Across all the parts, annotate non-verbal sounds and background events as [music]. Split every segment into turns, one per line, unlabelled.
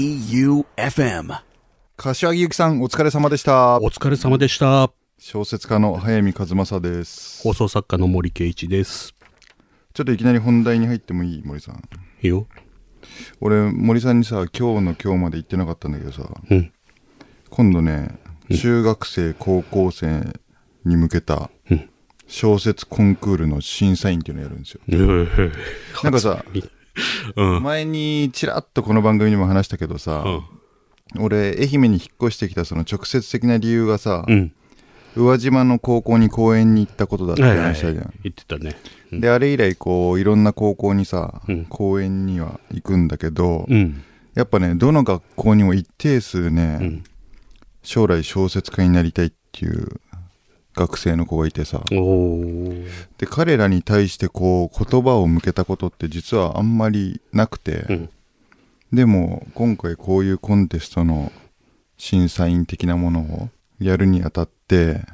J-O-E-U-F-M
柏木由紀さん、お疲れ様でした
お。疲れ様でした。
小説家の早見和正です。
放送作家の森圭一です。
ちょっといきなり本題に入ってもいい森さん。
いいよ。
俺、森さんにさ、今日の今日まで言ってなかったんだけどさ、
うん。
今度ね、中学生、高校生に向けた
うん
小説コンクールの審査員っていうのやるんですよ。なんかさ、
うん。
前にちらっとこの番組にも話したけど
う
さ、
ん。
俺、愛媛に引っ越してきたその直接的な理由がさ
う、ん。
宇和島の高校に公演に行ったことだって
はいはい
話したじゃん。
言ってたね。
であれ以来こういろんな高校にさ、
うん
公演には行くんだけど、
うん。
やっぱねどの学校にも一定数ね、
うん。
将来小説家になりたいっていう学生の子がいてさ
おー。
で彼らに対してこう言葉を向けたことって実はあんまりなくて、
うん。
でも今回こういうコンテストの審査員的なものをやるにあたって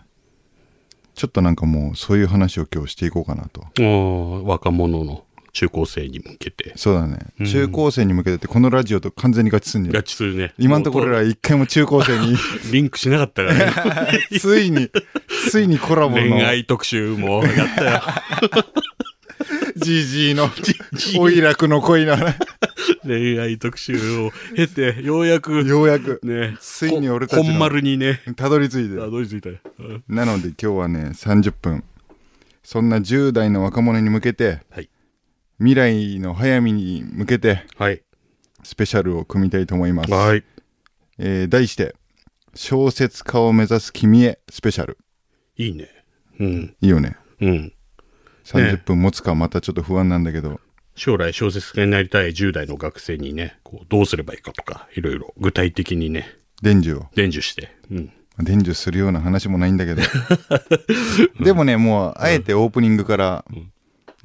ちょっとなんかもうそういう話を今日していこうかなと
おー若者の中高生に向けて。
そうだね、
うん
中高生に向けてってこのラジオと完全に合致すんじゃん
合致するね。
今のところ
もう
ら一回も中高生
[laughs]
に
とリンクしなかった
[laughs]
からね。
ついについにコラボの
恋愛特集
[laughs]
もやったよ。
ジジイのおいらくの恋なら
恋愛特集を経て、ようやく、
ようやく
ね、
ついに俺たちの
ほ本丸にね、
たどり着い
た
て
どり着いたよ。うん
なので今日はね30分そんな10代の若者に向けて、
はい
未来の早見に向けて
はい。
スペシャルを組みたいと思います、
はい。
えー題して「小説家を目指す君へスペシャル
いいね。うん。」
いいよね
うん。
30分持つかまたちょっと不安なんだけど、
将来小説家になりたい10代の学生にね、こうどうすればいいかとか、いろいろ具体的にね、
伝授を
伝授して。うん。
伝授するような話もないんだけどでもねもうあえてオープニングから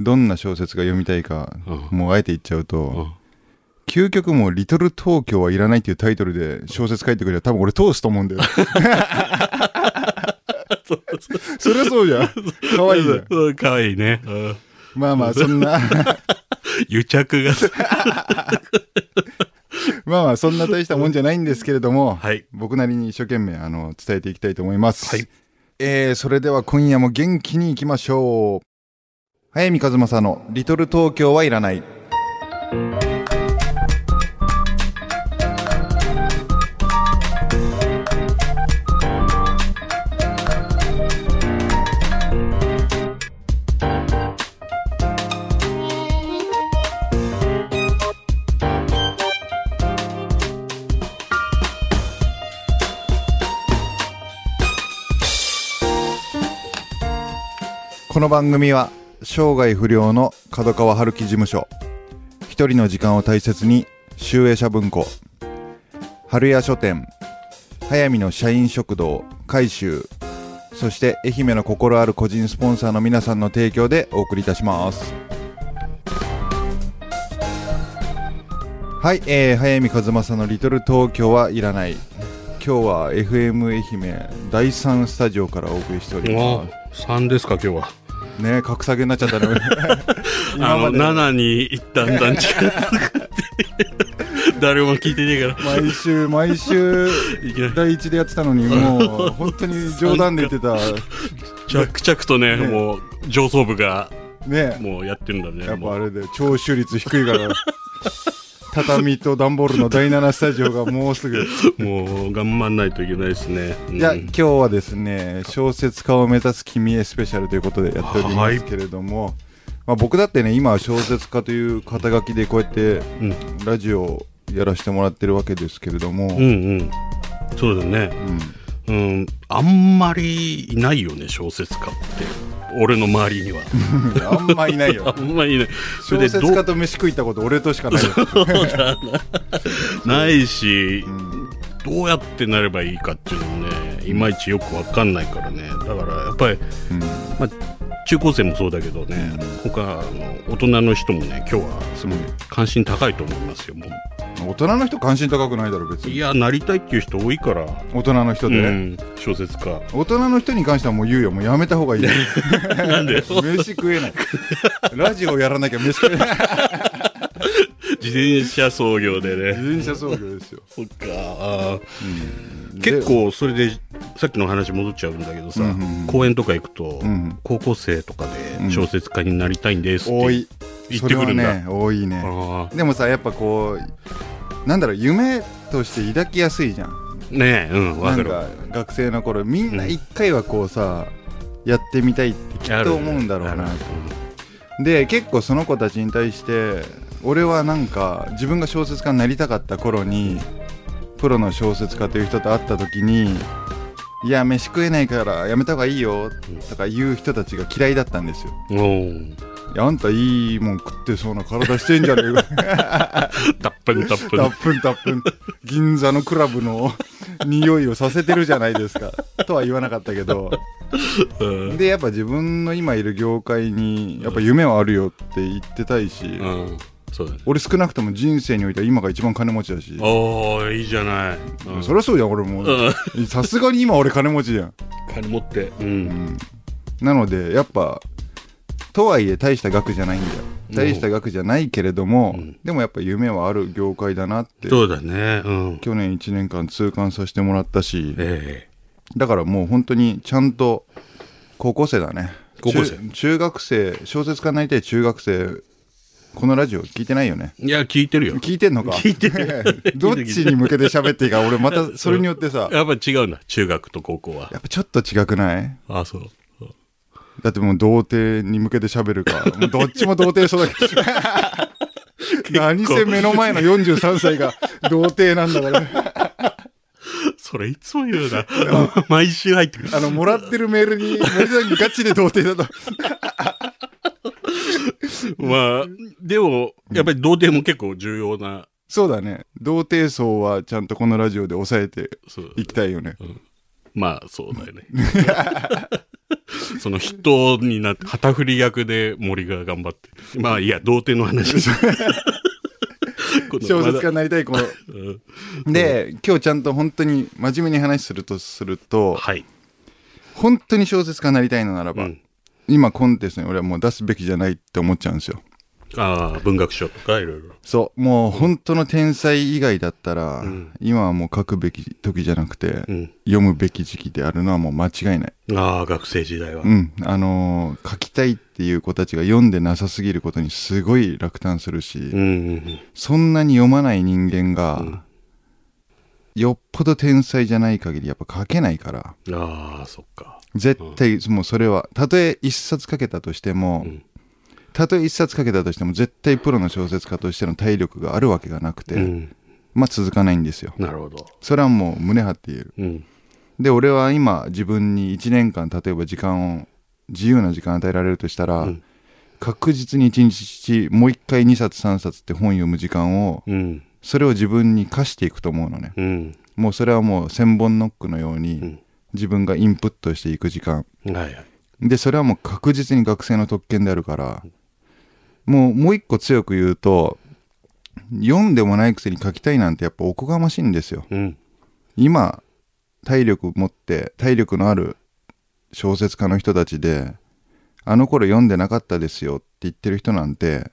どんな小説が読みたいか、
う
もうあえて言っちゃう
う
と、
ん
究極もう「リトル東京はいらない」っていうタイトルで小説書いてくれたら多分俺通すと思うんだよそりゃそうじゃんかわいいじゃん
うんかわいいね。うん
まあまあそ
[laughs]
んな
癒着
[laughs]
が。
まあまあそんな大したもんじゃないんですけれども、
はい
僕なりに一生懸命あの伝えていきたいと思います、
はい
えーそれでは今夜も元気にいきましょう早見和正の「リトル東京はいらない」この番組は生涯不良の角川春樹事務所一人の時間を大切に集英社文庫春屋書店早見の社員食堂改修そして愛媛の心ある個人スポンサーの皆さんの提供でお送りいたしますはい、えー、早見和正の「リトル東京はいらない」今日は FM 愛媛第3スタジオからお送りしております
あ、3ですか、今日は。
ね格下げになっちゃったね
[laughs] あ
今ま
の、
で
7に一旦団地が作って、 [laughs] 誰も聞いてねえから。
毎週毎週
いきなり
第一でやってた
[laughs]
のにもう本当に冗談で言ってた
着々とね、
ね
もう、上層部が、
ね
もうやってるんだね。
やっ
も
ぱ
う
あれで聴取率低
[laughs]
いから畳と段ボールの第7スタジオがもうすぐ
もう、頑張んないといけないですね。うん
じゃあ今日はですね小説家を目指す君へスペシャルということでやっておりますけれども、まあ、僕だってね今は小説家という肩書きでこうやって
うん
ラジオをやらせてもらってるわけですけれども、
うんうん。そうだね。うん。あんまりいないよね、小説家って。俺の周りには。
あんまい [laughs] な
[laughs]
いよ
あんまりいない。そ
小
れで
説
ど
家
う
と飯食いたこと俺としかないよ
ないし、どうやってなればいいかっていうのもね、いまいちよくわかんないからね。だから、やっぱり、まあ、中高生もそうだけどね、他あの、大人の人もね、今日はすごい関心高いと思いますよ、もう。
[laughs] 大人の人関心高くないだろ別
い
に
や、なりたいっていう人多いから、
大人の人
う
でね、
ん、小説家。
大人の人に関してはもう言うよもうやめた方がいい
[laughs] なんで
飯食えないラジオやらなきゃ飯食えない
自転車操業でね。
自転車操業ですよ、
そっかあー
うん
結構それでさっきの話戻っちゃうんだけどさ、
うんうんうん
公園とか行くと、
ん
高校生とかで小説家になりたいんですって、
多い
行ってくるんだ
それはね多いね
あ
でもさやっぱこうなんだろう夢として抱きやすいじゃん
ーねえうんわ
な
か
ん
る
か学生の頃みんな一回はこうさ、やってみたいってきっと思うんだろうな
ある
で結構その子たちに対して俺はなんか自分が小説家になりたかった頃にプロの小説家という人と会った時にいや飯食えないからやめた方がいいよとか言う人たちが嫌いだったんですよ
うんおー
いやあんたいいもん食ってそうな体してんじゃねえか
たっぷんたっぷん
たっぷんたっぷん銀座のクラブの匂いをさせてるじゃないですかとは言わなかったけど
うん
でやっぱ自分の今いる業界にやっぱ夢はあるよって言ってたいし、
うんそうだね
俺少なくとも人生においては今が一番金持ちだし
おーいいじゃない、うん
そりゃそうじゃん俺もさすがに今俺金持ちじゃん
金持ってうん、
なのでやっぱとはいえ大した額じゃないんだよ大した額じゃないけれども、でもやっぱ夢はある業界だなって
そうだねうん
去年1年間痛感させてもらったし
え
だからもう本当にちゃんと高校生だね
高校生
中中学生小説家になりたい中学生このラジオ聞いてないよね
えいや聞いてるよ
聞いてんのか聞いて [laughs] どっちに向けて喋っていいか俺またそれによってさ
やっぱ違うんだ中学と高校は
やっぱちょっと違くない
あそうそう
だってもう童貞に向けて喋るか。もうどっちも童貞そうだけど。何せ目の前の43歳が童貞なんだから。
それいつも言う [laughs] な毎週入ってくる
あの、もらってるメールに、森さんにガチで童貞だと。
まあ、でも、やっぱり童貞も結構重要な、
そうだね。童貞層はちゃんとこのラジオで抑えて
そう
いきたいよね。
まあそうだよ [laughs] ね。その人になって、旗振り役で森が頑張って。まあいいや、童貞の話 [laughs] です。この
小説家
まだ
になりたい子。
うん
で、今日ちゃんと本当に真面目に話するとすると、
はい。
本当に小説家になりたいのならば、
うん
今コンテストに俺はもう出すべきじゃないって思っちゃうんですよ。
ああ、文学賞とかいろいろ。
そう、もう本当の天才以外だったら、今はもう書くべき時じゃなくて、
ん
読むべき時期であるのはもう間違いない。
ああ、学生時代は。
うん。あのー書きたいっていう子たちが読んでなさすぎることにすごい落胆するし、
うんうん
そんなに読まない人間が、よっぽど天才じゃない限りやっぱ書けないから、
うん。ああ、そっか。
絶対、もうそれは、たとえ一冊書けたとしても、たとえ一冊書けたとしても絶対プロの小説家としての体力があるわけがなくて、
うん。
まあ続かないんですよ。
なるほど。
それはもう胸張って言える。
うん。
で、俺は今自分に1年間、例えば時間を、自由な時間与えられるとしたら、確実に1日もう1回2冊3冊って本読む時間を、
うん。
それを自分に課していくと思うのね。
うん。
もうそれはもう千本ノックのように、
ん
自分がインプットしていく時間。
はいはい。
で、それはもう確実に学生の特権であるから、もう、もう一個強く言うと、読んでもないくせに書きたいなんてやっぱおこがましいんですよ。
うん。
今体力持って体力のある小説家の人たちであの頃読んでなかったですよって言ってる人なんて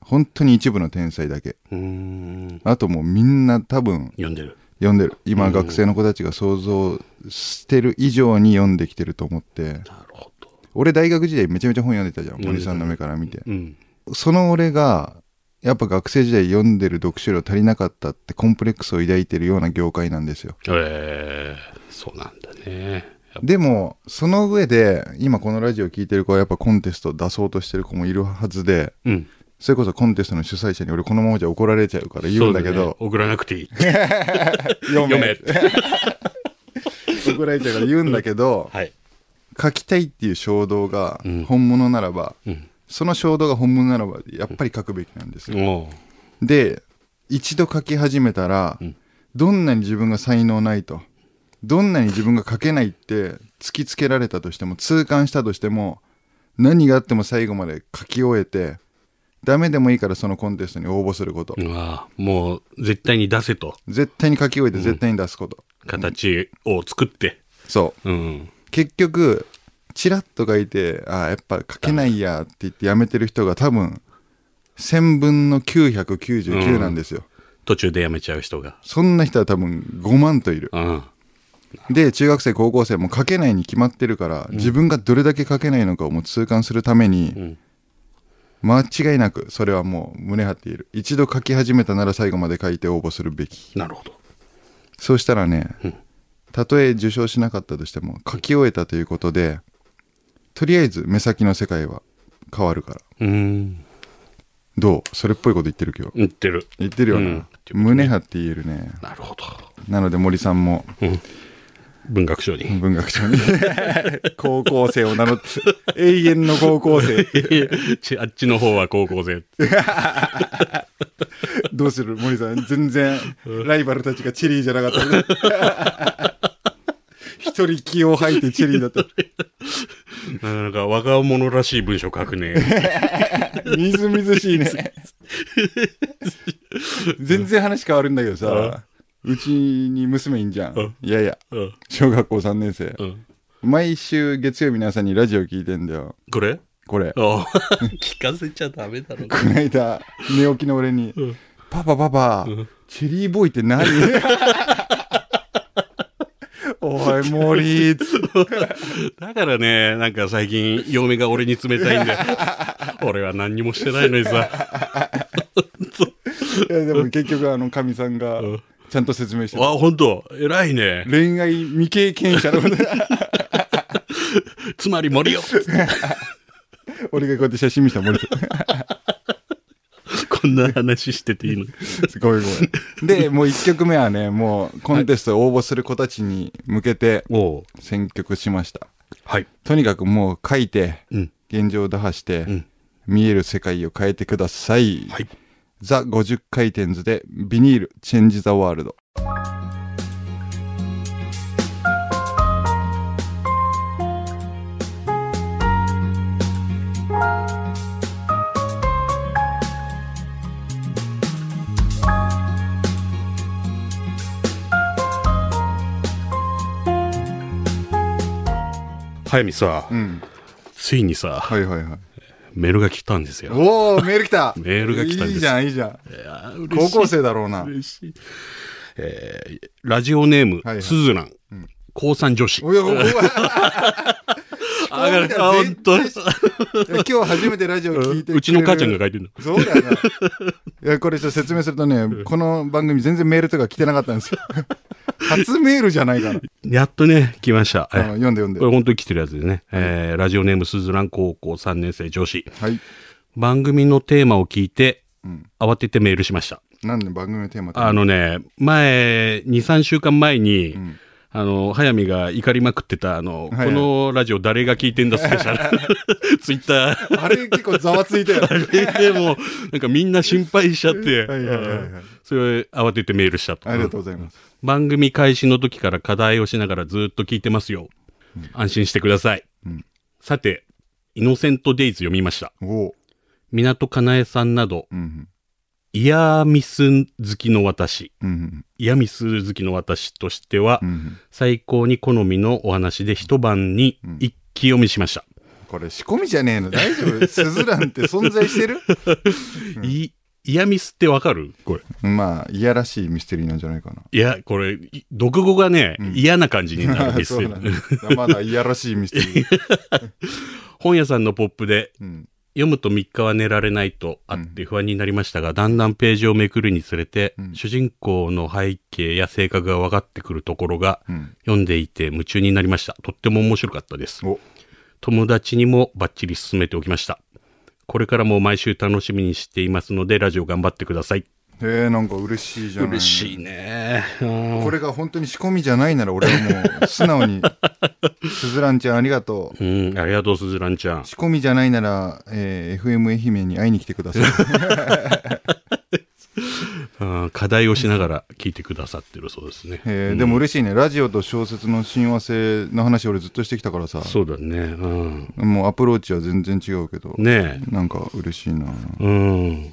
本当に一部の天才だけ
うーん。
あともうみんな多分
読んでる。
読んでる今学生の子たちが想像してる以上に読んできてると思って
なるほど。
俺大学時代めちゃめちゃ本読んでたじゃん森さんの目から見て
うん。
その俺がやっぱ学生時代読んでる読書量足りなかったってコンプレックスを抱いてるような業界なんですよ
ええそうなんだね。
でも、その上で、今このラジオ聞いてる子はやっぱコンテスト出そうとしてる子もいるはずで、
うん。
それこそコンテストの主催者に俺このままじゃ怒られちゃうから言うんだけ
そうね
ど、
送らなくて
[laughs]
いい。
読
読
め
め。
[laughs] 怒られちゃうから言うんだけど、
はい。
書きたいっていう衝動が本物ならば、その衝動が本物ならば、やっぱり書くべきなんですよ。
おう
で、一度書き始めたら、どんなに自分が才能ないと、どんなに自分が書けないって突きつけられたとしても、痛感したとしても、何があっても最後まで書き終えて、ダメでもいいからそのコンテストに応募すること。
うわもう、絶対に出せと。
絶対に書き終えて絶対に出すこと。
形を作って。
そう。
うん。
結局チラッと書いてあーやっぱ書けないやって言ってやめてる人が多分1000分の999なんですよ、
途中で辞めちゃう人が。
そんな人は多分5万といる
うん。
で中学生高校生も書けないに決まってるから、自分がどれだけ書けないのかをもう痛感するために、
ん
間違いなくそれはもう胸張っている一度書き始めたなら最後まで書いて応募するべき
なるほど。
そうしたらね、たとえ受賞しなかったとしても書き終えたということでとりあえず目先の世界は変わるから
うん。
どうそれっぽいこと言ってる今日
言ってる。
言ってるよ
う、
なん胸張って言えるね
なるほど。
なので森さんも
文学賞に。
文学賞に [laughs] 高校生を名乗って永遠の高校生
ちあっちの方は高校生。
どうする森さん全然ライバルたちがチェリーじゃなかったね [laughs] 一人気を吐いてチェリーだった
なかなか若者らしい文章書くね。
みずみずしいね。全然話変わるんだけどさ、うちに娘いんじゃん
ん。
いやいや、
うん。
小学校3年生
う。ん。
毎週月曜日の朝にラジオ聞いてんだよ。
これ
これ。こ
ああ [laughs] 聞かせちゃダメだ
[laughs]
ろ。
の間、寝起きの俺に、パパパパ、チェリーボーイって何 [laughs] おい、森、つって
だからね、なんか最近、嫁が俺に冷たいんで、
[laughs]
俺は何にもしてないのにさ、あ、
いやでも結局、あの、かみさんが、ちゃんと説明してた。
本当偉いね。
恋愛未経験者のこと
つまり森よ。
[laughs] 俺がこうやって写真見せたら森さん
こんな話してていいの。 [laughs]
すごいごい。で、もう1曲目はね、もうコンテスト応募する子たちに向けて
おう
選曲しました。
はい。
とにかくもう書いて、
うん。
現状を打破して、
ん
見える世界を変えてください。
はい。
ザ50回転図でビニール、チェンジザワールド。
早見さ、
うん。
ついにさ、
はいはいはい。
メールが来たんですよ。
おー、メール来た
[laughs] メールが来たんです
いいじゃん、いいじゃん。高
高
校生だろうな。
嬉しい。えーラジオネーム、
はいはい
すずらん、高三女子。
おや、ここは [laughs]
あ、
いや
あ本当
絶今日初めてラジオ聞いてくれる
うちの母ちゃんが書いてるの。
そうだよな。いや、これちょっと説明するとね、この番組全然メールとか来てなかったん
[laughs]
ですよ。初メールじゃないから。
やっとね、来ました。
あの読んで読んで
こ。れ本当に来てるやつですね。えーラジオネームすずらん高校3年生女子。
はい。
番組のテーマを聞いて、慌ててメールしました。
なんで番組のテーマって
あのね、前、2、3週間前に、あの、早見が怒りまくってた、あの、
はい
このラジオ誰が聞いてんだスペシャ [laughs] ル。ツイッター。
あれ結構ざわ
[laughs]
ついたよ。
でも、なんかみんな心配しちゃって、
はいはいはいはい
それ慌ててメールしたと。
ありがとうございます。
番組開始の時から課題をしながらずっと聞いてますよ。安心してください。さて、イノセントデイズ読みました。
おう。
港かなえさんなど、
うん。
イヤーミス好きの私、
うん。
イヤミス好きの私としては、
ん
最高に好みのお話で一晩に一気読みしました。
これ仕込みじゃねえの大丈夫スズランって存在してる
[laughs] いイヤミスってわかるこれ。
まあ、いやらしいミステリーなんじゃないかな。
いや、これ、い読語がね、嫌な感じになるんです
[laughs] そう
よ
な。んだ。まだいやらしいミステリ
[laughs]
ー。
本屋さんのポップで、
うん。
読むと3日は寝られないとあって不安になりましたが、だんだんページをめくるにつれて、主人公の背景や性格が分かってくるところが、
うん。
読んでいて夢中になりました。とっても面白かったです。
お、
友達にもバッチリ勧めておきました。これからも毎週楽しみにしていますので、ラジオ頑張ってください。
へえ、なんか嬉しいじゃない
嬉しいね。
これが本当に仕込みじゃないなら俺はもう
[laughs]
素直に「すずらんちゃんありがとう
うん、ありがとう、すずらんちゃ」ん。
仕込みじゃないなら、えー FM 愛媛に会いに来てくだ
[laughs]
さい
あー課題をしながら聞いてくださってるそうですね。
えーでも嬉しいねラジオと小説の親和性の話俺ずっとしてきたからさ
そうだね。うん。
もうアプローチは全然違うけど、
ね
なんか嬉しいな
え。うん。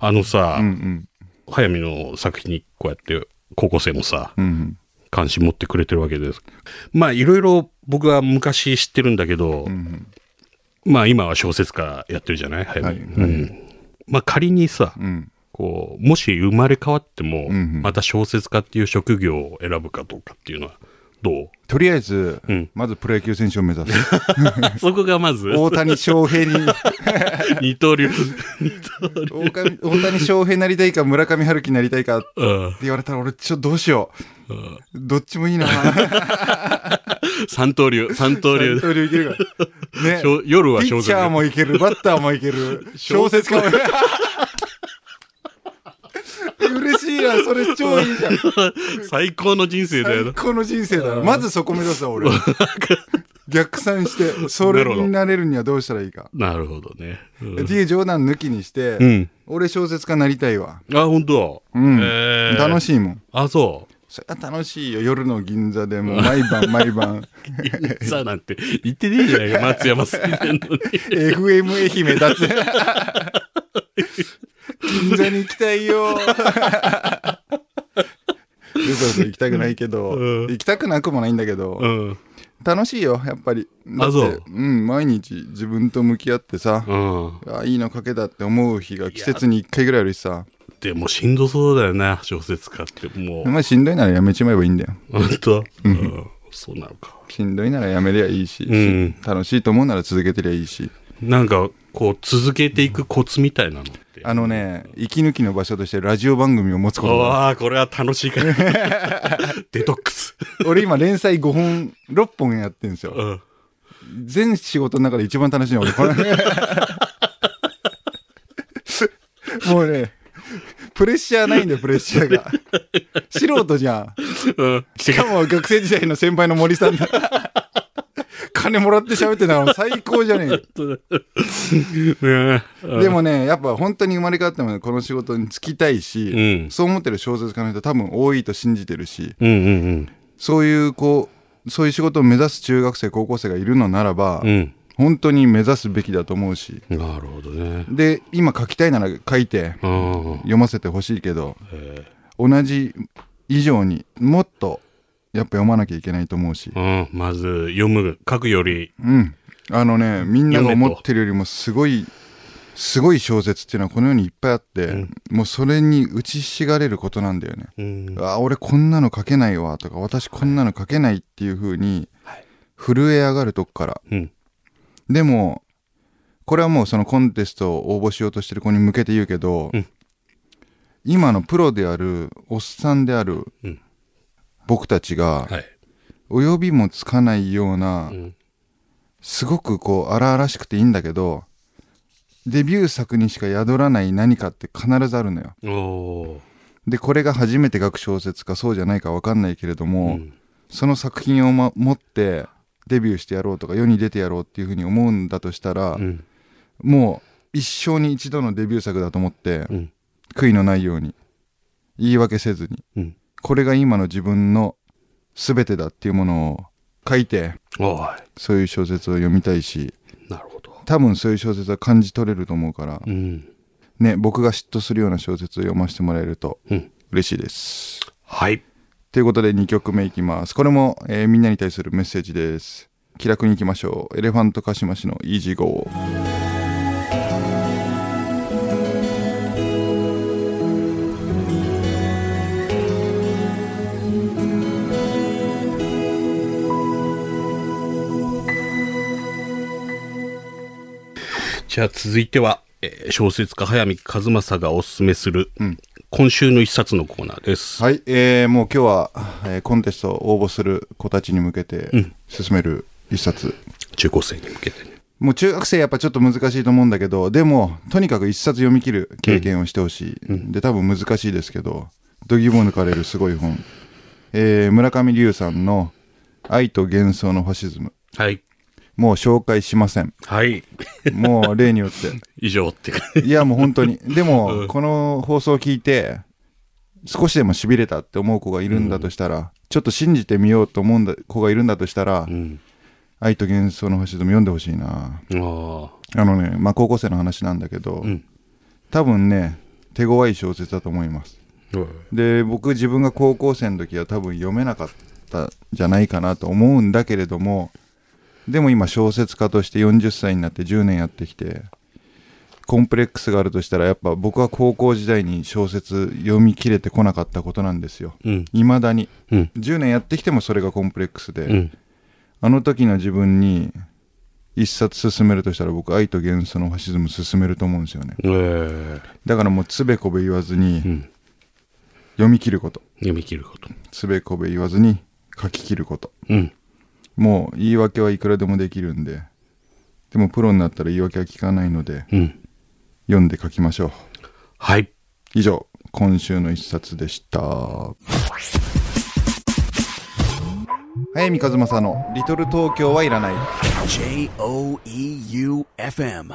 あのさ、
うんうん
早見の作品にこうやって高校生もさ、
うんうん
関心持ってくれてるわけです。まあいろいろ僕は昔知ってるんだけど、まあ今は小説家やってるじゃない早見、
はい
うんまあ、仮にさ、
うん。
こう、もし生まれ変わっても、
んうん
また小説家っていう職業を選ぶかどうかっていうのは、
[laughs]
どう
とりあえず、
ん
まずプロ野球選手を目
[laughs]
指す。
そこがまず、
大谷翔
[laughs]
平に、
二刀
[laughs]
流。二刀流。
大谷大谷翔平になりたいか、村上春樹になりたいかって
うん。
言われたら、俺、ちょっとどうしよう。どっちもい
[laughs]
いな。
三刀流。三刀流
二。刀流いけるから。ね
し。ょ夜は
ピッ
小
チ
説
ャー
家。
もいける、バッターもい
[laughs]
ける、小説家もい [laughs] ける。嬉しいな、それ超い
[laughs]
いじゃん。
最高の人生だよな
最。高の人生だな。まずそこ目指すわ、俺。
[laughs]
逆算して、それになれるにはどうしたらいいか。
なるほどね。うん
D 冗談抜きにして、
うん
俺小説家なりたいわ。
あ、本当。
うん。
えー
楽しいもん。
あ、そ
そりゃ楽しいよ。夜の銀座でもう毎晩毎晩。
う。さあなんて言ってねえじゃないか、松山住んでんのに。
FM 愛媛だ
[laughs]
って。銀座に行きたいよ。ルソル行きたくないけど、
うん
行きたくなくもないんだけど、
うん。
楽しいよ、やっぱり。だって
そう
うん、毎日自分と向き合ってさ、
うん。
あいいのかけだって思う日が季節に1回ぐらいあるしさ、
でもしんどそうだよな、小説家って。もう、
まあしんどいならやめちまえばいいんだよ。
本当。うん。そうなのか。
しんどいならやめりゃいいし、
うん
楽しいと思うなら続けてりゃいいし。
なんか、こう、続けていくコツみたいなのって。
あのね、息抜きの場所としてラジオ番組を持つことだ
ああ、これは楽しい [laughs] から。デトックス。
俺今連載5本、6本やってん
[laughs]
ですよ。
うん。
全仕事の中で一番楽しいのは
[laughs]
俺、これ。もうね、プレッシャーないんだよ、プレッシャー
[laughs]
が。素人じゃ
うん。
ん。しかも学生時代の先輩の森さんだ。金もらって喋ってたから最高じゃねえよ。
ねえ
でもね、やっぱ本当に生まれ変わってもこの仕事に就きたいし、
うん
そう思ってる小説家の人多分多いと信じてるし、
うんうん
そういうこう、そういう仕事を目指す中学生、高校生がいるのならば、
うん。
本当に目指すべきだと思うし、
うん。なるほどね。
で、今書きたいなら書いて、
うん。
読ませてほしいけど、
え
同じ以上にもっと、やっぱ読まなきゃいけないと思うし、
ーうん。まず、読む、書くより、
うん。あのね、みんなが思ってるよりもすごい、すごい小説っていうのはこの世にいっぱいあって、もうそれに打ちひしがれることなんだよね。
うん。
あ俺こんなの書けないわとか私こんなの書けないっていう風に震え上がるとこから
うん。
でもこれはもうそのコンテストを応募しようとしてる子に向けて言うけど、
うん
今のプロであるおっさんである
うん
僕たちが
はい。
及びもつかないような
うん。
すごくこう荒々しくていいんだけどデビュー作にしか宿らない何かって必ずあるのよ。
おー。
でこれが初めて書く小説かそうじゃないか分かんないけれど
う
も、
ん。
その作品を、ま、持ってデビューしてやろうとか世に出てやろうっていうふうに思うんだとしたら、
うん。
もう一生に一度のデビュー作だと思って、
うん。
悔いのないように言い訳せずに
うん。
これが今の自分の全てだっていうものを書いて
おーい。
そういう小説を読みたいし
なるほど。
多分そういう小説は感じ取れると思うから、
うん。
ね僕が嫉妬するような小説を読ませてもらえると
うん。
嬉しいです。
はい。
ということで2曲目いきます。これも、えーみんなに対するメッセージです。気楽にいきましょう。エレファントカシマシのイージーゴー。
じゃあ続いては、えー小説家早見和正がおすすめする、今週の一冊のコーナーです。
はい、えーもう今日は、えーコンテストを応募する子たちに向けて進める一冊。
中高生に向けてね。
もう中学生やっぱちょっと難しいと思うんだけど、でも、とにかく一冊読み切る経験をしてほしい。で、多分難しいですけど、度肝を抜かれるすごい本。えー村上龍さんの愛と幻想のファシズム。
はい。
もう紹介しません。
はい。
もう例によって。
以上って感じ。
いや、もう本当に。でも、この放送を聞いて、少しでも痺れたって思う子がいるんだとしたら、ちょっと信じてみようと思うんだ子がいるんだとしたら、
うん。
愛と幻想の星でも読んでほしいな。
あ
あのね、まあ、高校生の話なんだけど、
ん
多分ね、手強い小説だと思います。
あ。
で、僕自分が高校生の時は多分読めなかったんじゃないかなと思うんだけれども、でも今小説家として40歳になって10年やってきて、コンプレックスがあるとしたらやっぱ僕は高校時代に小説読み切れてこなかったことなんですよ
うん
いまだに
うん
10年やってきてもそれがコンプレックスで、
うん
あの時の自分に一冊進めるとしたら僕「愛と元素のファシズム」進めると思うんですよね
えー
だからもうつべこべ言わず
う
に
ん、
読み切ること
読み切ること
つべこべ言わずに書き切ること
うん
もう言い訳はいくらでもできるんででもプロになったら言い訳は聞かないので
うん
読んで書きましょう
はい
以上今週の一冊でした早見和正の「リトル東京はいらない」
J O E U F M.